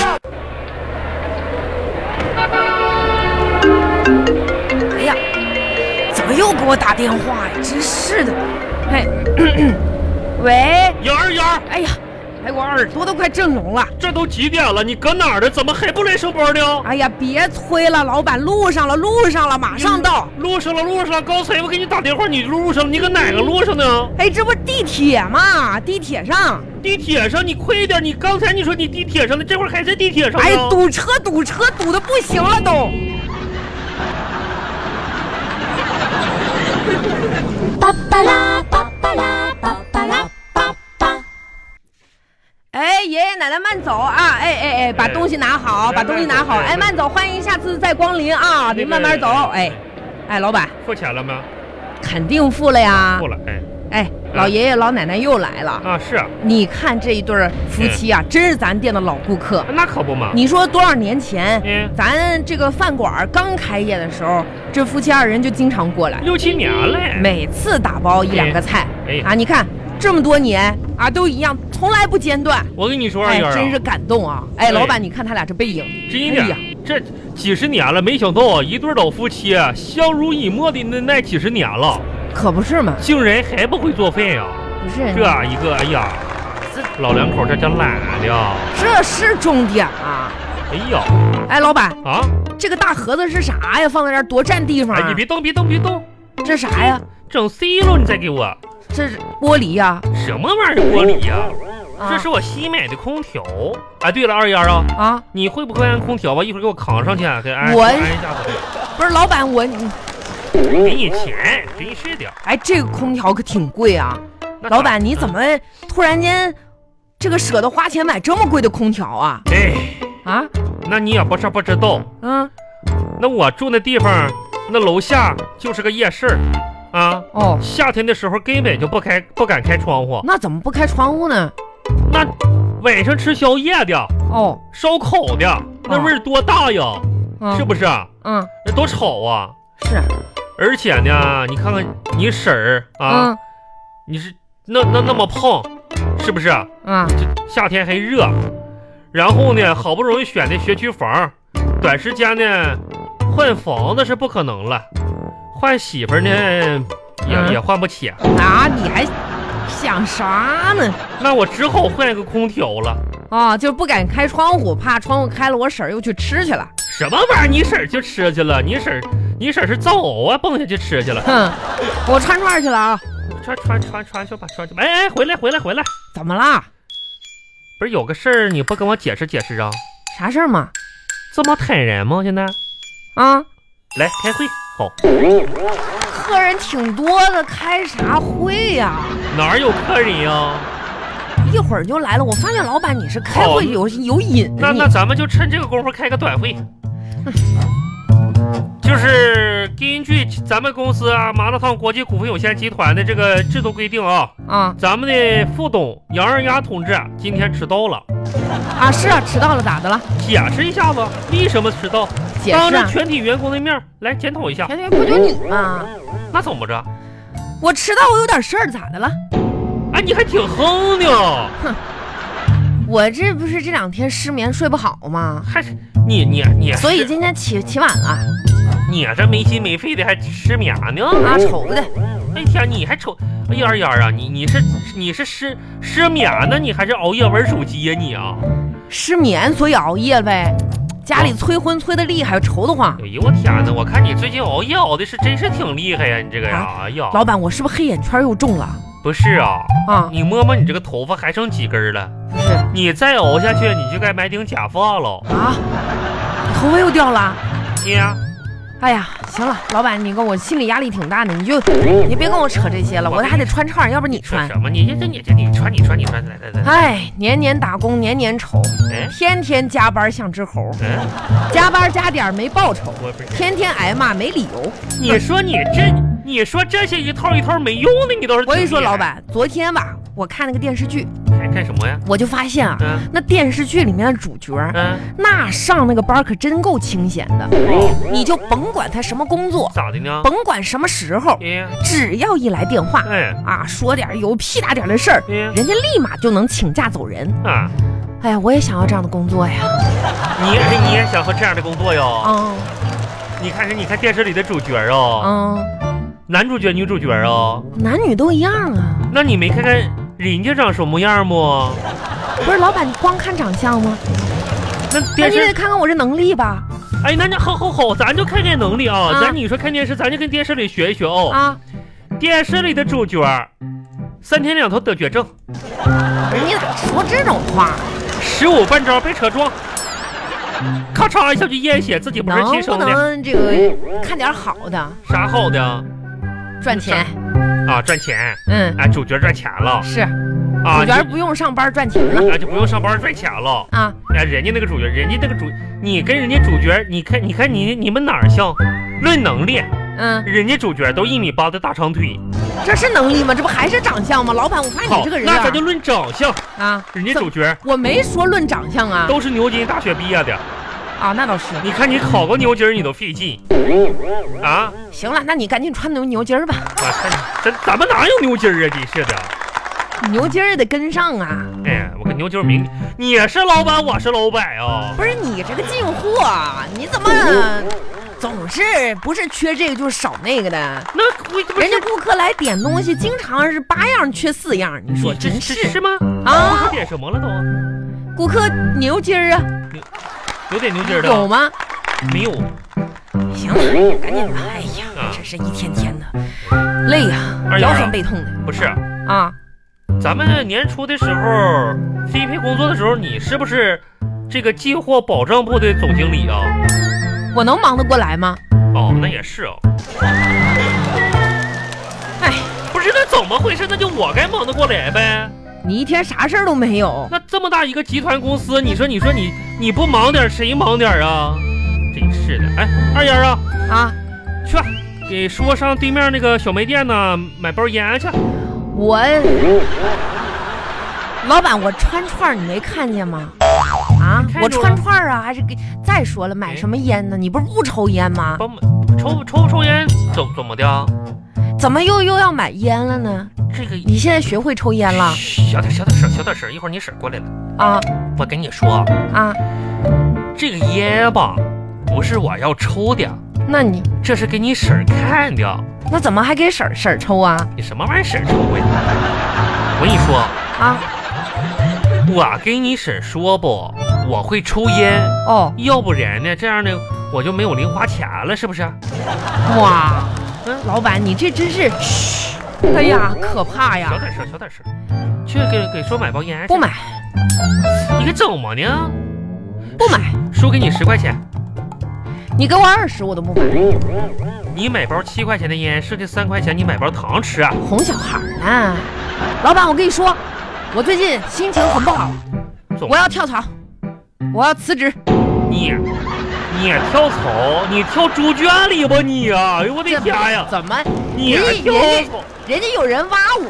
哎又给我打电话呀，真是的。哎，咳咳 喂，妍儿妍儿，哎呀，哎，我耳朵都快震聋了。这都几点了？你搁哪儿呢？怎么还不来上班呢？哎呀，别催了，老板，路上了，路上了，马上到。路上了，路上了。刚才我给你打电话，你路上了，你搁哪个路上呢？哎，这不是地铁吗？地铁上，地铁上，你快一点！你刚才你说你地铁上了，这会儿还在地铁上呢。哎，堵车，堵车，堵的不行了都。嗯巴巴拉巴巴拉巴巴拉巴巴。哎，爷爷奶奶慢走啊！哎哎哎，把东西拿好，哎把东西拿好。慢走哎，慢走，欢迎下次再光临啊！嗯您慢慢走。哎，哎，老板付钱了吗？肯定付了呀付。了。哎，哎，老爷爷老奶奶又来了。啊是啊，你看这一对儿夫妻嗯啊，真是咱店的老顾客。那可不嘛。你说多少年前嗯，咱这个饭馆儿刚开业的时候，这夫妻二人就经常过来，六七年了。每次打包一两个菜哎啊。你看这么多年啊，都一样，从来不间断。我跟你说，哎燕儿，啊，真是感动啊！哎，对老板，你看他俩这背影，真哎的呀，这几十年了，没想到啊一对老夫妻啊相濡以沫的那那几十年了，可不是嘛，竟然还不会做饭呀、不是这一个，哎呀，这老两口这真懒的，这是重点啊！哎呀哎，老板，啊！这个大盒子是啥呀？放在这儿多占地方、哎，啊你别动，别动，别动，这啥呀？整碎了你再给我这是玻璃呀、什么玩意儿玻璃呀、啊？这是我新买的空调。哎，对了，二丫啊，啊，你会不会按空调啊？一会儿给我扛上去，给安我安一下子，不是老板，我你给你钱，真是的。哎，这个空调可挺贵啊！那老咋板，你怎？么突然间这个舍得花钱买这么贵的空调啊？哎，啊，那你也不是不知道，嗯，那我住那地方，那楼下就是个夜市儿，啊，哦，夏天的时候根本就不开不敢开窗户，那怎么不开窗户呢？那晚上吃宵夜的、哦，烧烤的，啊那味儿多大呀，嗯是不是啊？嗯，那多吵啊！是，而且呢，你看看你婶儿啊，嗯你是那那那么胖，是不是啊？啊，这夏天还热，然后呢，好不容易选的学区房，短时间呢换房子是不可能了，换媳妇儿呢嗯也也换不起，啊，你还想啥呢？那我只好换个空调了。啊，就不敢开窗户，怕窗户开了，我婶儿又去吃去了。什么玩意儿？你婶儿去吃去了？你婶儿，你婶儿是藏獒啊，蹦下去吃去了。哼，我串串去了啊。穿穿穿穿去吧，穿去吧。哎哎，回来回来回来，怎么啦？不是有个事儿你不跟我解释解释啊？啥事儿嘛？这么坦然吗？现在啊，来开会，好，客人挺多的，开啥会呀、哪儿有客人呀？一会儿就来了。我发现老板你是开哦会有有瘾那的你那咱们就趁这个功夫开个短会，就是根据咱们公司啊麻辣烫国际股份有限集团的这个制度规定啊，啊咱们的副董杨二丫同志啊今天迟到了，啊是啊，迟到了咋的了？解释一下子为什么迟到，解当释着啊。全体员工的面儿来检讨一下，全全不就你吗？那怎么着？我迟到，我有点事儿，咋的了？哎，你还挺横呢，我这不是这两天失眠睡不好吗？还是你你你，所以今天起起晚了你这没心没肺的还失眠呢？啊，愁的。哎天，你还瞅，哎呀儿呀儿啊，你你是你是失失眠呢，你还是熬夜玩手机呀、你啊？失眠，所以熬夜呗。家里催婚催的厉害，愁得慌。哎呦我天哪，我看你最近熬夜熬的是真是挺厉害呀、你这个呀，哎呀，啊老板，我是不是黑眼圈又中了不是啊，啊？你摸摸你这个头发还剩几根了？不是你再熬下去，你就该买顶假发了。啊，头发又掉了。哎呀，哎呀，行了，老板，你跟我心理压力挺大的，你就你别跟我扯这些了，我还得穿串，要不你这穿。什么？你这这你这你穿你穿你穿，来来来，哎，年年打工，年年愁，哎天天加班像只猴，嗯，加班加点没报酬，我不是，天天挨骂没理由。你说你这你说这些一套一套没用的，你倒是。我跟你说，老，板，昨天吧，我看那个电视剧，还哎干什么呀？我就发现啊，嗯那电视剧里面的主角，嗯，那上那个班可真够清闲的，哦你就甭管他什么工作，咋的呢？甭管什么时候哎，呀，只要一来电话哎。啊，说点有屁大点的事儿，嗯人家立马就能请假走人。啊，哎呀，我也想要这样的工作呀！你也你也想和这样的工作哟？哎嗯你看看，你看电视里的主角哦，嗯，男主角、女主角啊、男女都一样啊，那你没看看人家长什么样吗？不是老板光看长相吗？那那电你得视，看看我这能力吧。哎，那那好好好，咱就看看能力啊。啊咱你说看电视，咱就跟电视里学一学哦。啊，电视里的主角儿，三天两头得绝症，你咋说这种话？十五半招被车撞，咔嚓一下就淹血，自己不是能亲不生的，能这个看点好的，啥好的啊赚钱？啊？赚钱，嗯，哎，主角赚钱了是啊，主角你不用上班赚钱了啊就不用上班赚钱了。啊，哎，人家那个主角，人家那个主，你跟人家主角，你看，你看你你们哪儿像？论能力，嗯，人家主角都一米八的大长腿，这是能力吗？这不还是长相吗？老板，我怕你好这个，人那咱就啊论长相，啊，人家主角我没说论长相啊都是牛津大学毕业的，啊，那倒是。你看你考个牛津儿你都费劲啊！行了，那你赶紧穿牛牛筋儿吧，啊，看咱咱们哪有牛筋儿啊？真是的！牛筋儿也得跟上啊。哎，我跟牛筋儿明，你是老板，我是老板啊！不是你这个进货，你怎么总是不是缺这个就是少那个的？那我这不人是家顾客来点东西，经常是八样缺四样，你说你这真这是嗯是吗？啊我？点什么了都？顾客牛筋儿啊，有点牛筋儿的有啊吗？没有？行了，赶紧的。哎呀啊，真是一天天的累呀，二丫腰啊酸背痛的不是，啊。咱们年初的时候分配工作的时候，你是不是这个进货保障部的总经理啊？我能忙得过来吗？哦，那也是哦。哎，不是，那怎么回事？那就我该忙得过来呗。你一天啥事儿都没有，那这么大一个集团公司，你说你说你你不忙点儿谁忙点儿啊？真是的，哎，二丫啊，啊？去给说上对面那个小卖店呢买包烟去。我老板，我穿串儿你没看见吗？啊看，着我穿串儿啊，还是给再说了，买什么烟呢？你不是不抽烟吗？帮我抽抽不抽烟？怎怎么的啊？怎么又又要买烟了呢？这个你现在学会抽烟了嘘小点小点声，小点声，一会儿你婶儿过来了。啊我跟你说，啊，啊？这个烟吧，不是我要抽的，那你这是给你婶儿看的。那怎么还给婶儿婶儿抽啊？你什么玩意儿婶儿抽呀？ 我跟你说，啊我跟你婶说不，我会抽烟，哦要不然呢，这样呢我就没有零花钱了，是不是？啊哇嗯，老板你这真是，嘘哎呀可怕小呀！点声，小点声，去给给叔买包烟去。不买你给怎么呢？不买，叔给你十块钱，你给我二十我都不买，你买包七块钱的烟，剩下三块钱你买包糖吃啊。哄小孩儿呢。老板，我跟你说，我最近心情很不好，总我要跳槽，我要辞职。你，你跳槽，你跳猪圈里吧你啊！哎呦我的这天呀，怎么？你人跳家人家槽，人家有人挖我，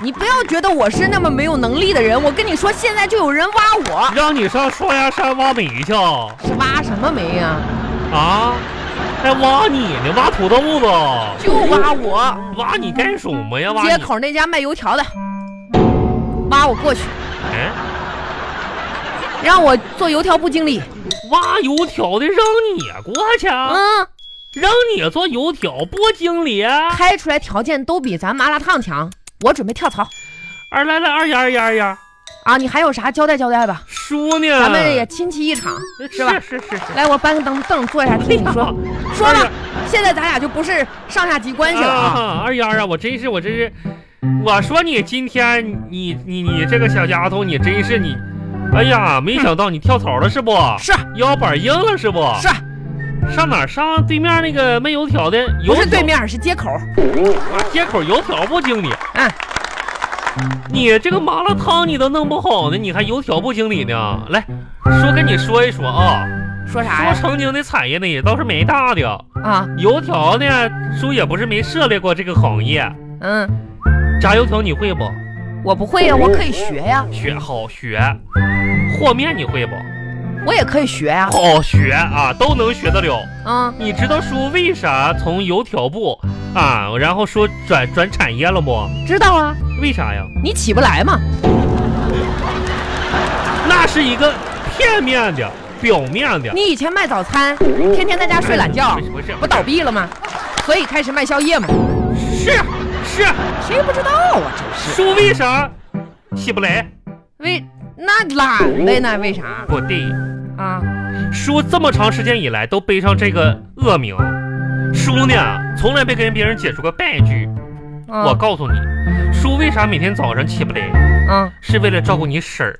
你不要觉得我是那么没有能力的人。我跟你说，现在就有人挖我，让你上双鸭山挖煤去啊！是挖什么煤呀、啊，还挖你呢，挖土豆子，就挖我。挖你干什么呀？挖街你！口那家卖油条的，挖我过去，哎，让我做油条部经理。挖油条的让你过去，嗯，让你做油条部经理。啊开出来条件都比咱麻辣烫强。我准备跳槽二来来二丫二丫二丫，啊！你还有啥交代交代吧？叔呢？咱们也亲戚一场，是吧？是是是哎是。来，我搬个凳凳坐下，听你说说吧。现在咱俩就不是上下级关系了啊！啊，二丫啊，我真是我真是，我说你今天你你你这个小丫头，你真是你，哎呀，没想到你跳槽了是不？啊是腰板硬了是不？是，上哪儿上对面那个卖油条的不油是条对面是街口，街口油条部经理。嗯，你这个麻辣烫你都弄不好呢，你还油条部经理呢？来，叔跟你说一说啊，说啥说呀？曾经的产业呢也倒是没大的，啊，油条呢叔也不是没涉猎过这个行业。嗯，炸油条你会不？我不会呀，我可以嗯学啊呀，学好学。和面你会不？我也可以学呀。好学啊，都能学得了。嗯，你知道叔为啥从油条部啊，然后说转转产业了不？知道啊，为啥呀？你起不来嘛？那是一个片面的、表面的。嗯你以前卖早餐，天天在家睡懒觉不，是不是不倒闭了吗？可以开始卖宵夜吗？是是，谁不知道啊？真是叔为啥洗不来？为那懒呗，那为啥不对，啊？叔这么长时间以来都背上这个恶名，叔呢从来没跟别人解除过败局。啊我告诉你，叔为啥每天早上起不来，啊，是为了照顾你婶儿。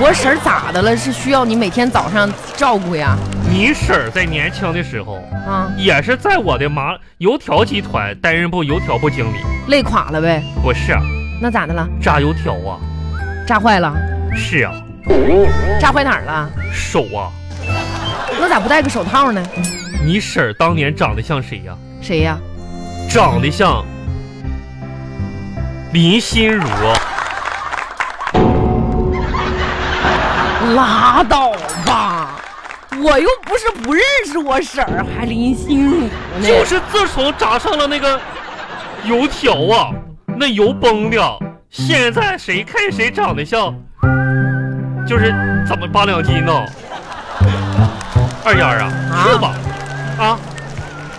我婶儿咋的了？是需要你每天早上照顾呀？你婶儿在年轻的时候，啊，也是在我的麻油条集团担任部油条部经理。累垮了呗？不是啊，那咋的了？炸油条啊，炸坏了？是啊，炸坏哪儿了？手啊。那咋不戴个手套呢？你婶儿当年长得像谁呀、谁呀？长得像林心如。啊拉倒吧，我又不是不认识我婶儿，还林心如呢。就是自从炸上了那个油条啊，那油崩的，现在谁看谁长得像，就是怎么八两金呢？二丫啊，啊去吧，啊，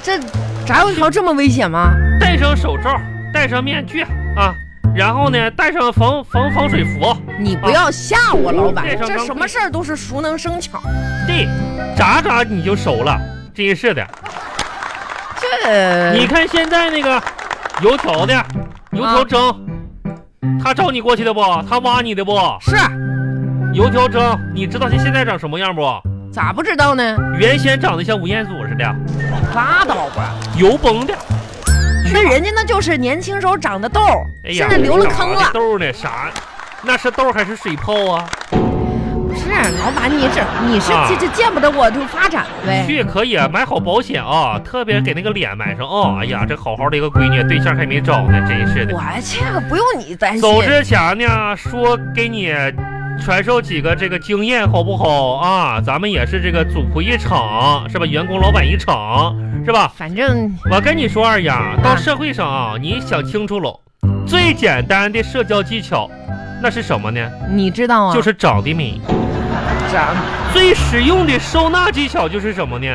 这炸油条这么危险吗？戴上手罩，戴上面具啊，然后呢，戴上防防防水服。你不要吓我，老板啊这，上这钢什么事儿都是熟能生巧。对，炸炸你就熟了，真是的。这你看现在那个油条的油条蒸，他招你过去的不？他挖你的不？是油条蒸，你知道他现在长什么样不？咋不知道呢？原先长得像吴彦祖似的，拉倒哎吧，油崩的，那人家那就是年轻时候长的痘儿，哎呀，现在留了长坑得了。痘呢？啥？那是痘还是水泡啊？不是，啊老板，你这你是啊这这见不得我就发展呗？去可以啊，买好保险啊，特别给那个脸买上啊、哎呀，这好好的一个闺女，对象还没找呢，真是的。我这个不用你担心走。之前呢，说给你传授几个这个经验，好不好啊？咱们也是这个主仆一场，是吧？员工老板一场，是吧？反正我跟你说，二丫，到社会上啊，你想清楚喽，最简单的社交技巧，那是什么呢？你知道啊，就是长得美。长最实用的收纳技巧就是什么呢？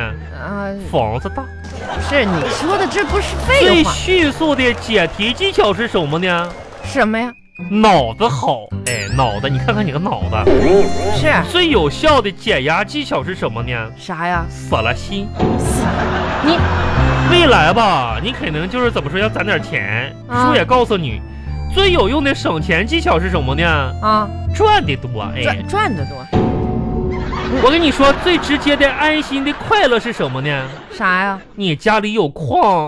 啊，房子大。不是你说的这不是废最话，迅速的解题技巧是什么呢？什么呀？脑子好，哎，脑子，你看看你个脑子。是啊最有效的解压技巧是什么呢？啥呀？死了心。你未来吧，你肯定就是怎么说要攒点钱。啊叔也告诉你，最有用的省钱技巧是什么呢？啊，赚的多，哎赚，赚的多，我跟你说，最直接的安心的快乐是什么呢？啥呀？你家里有矿。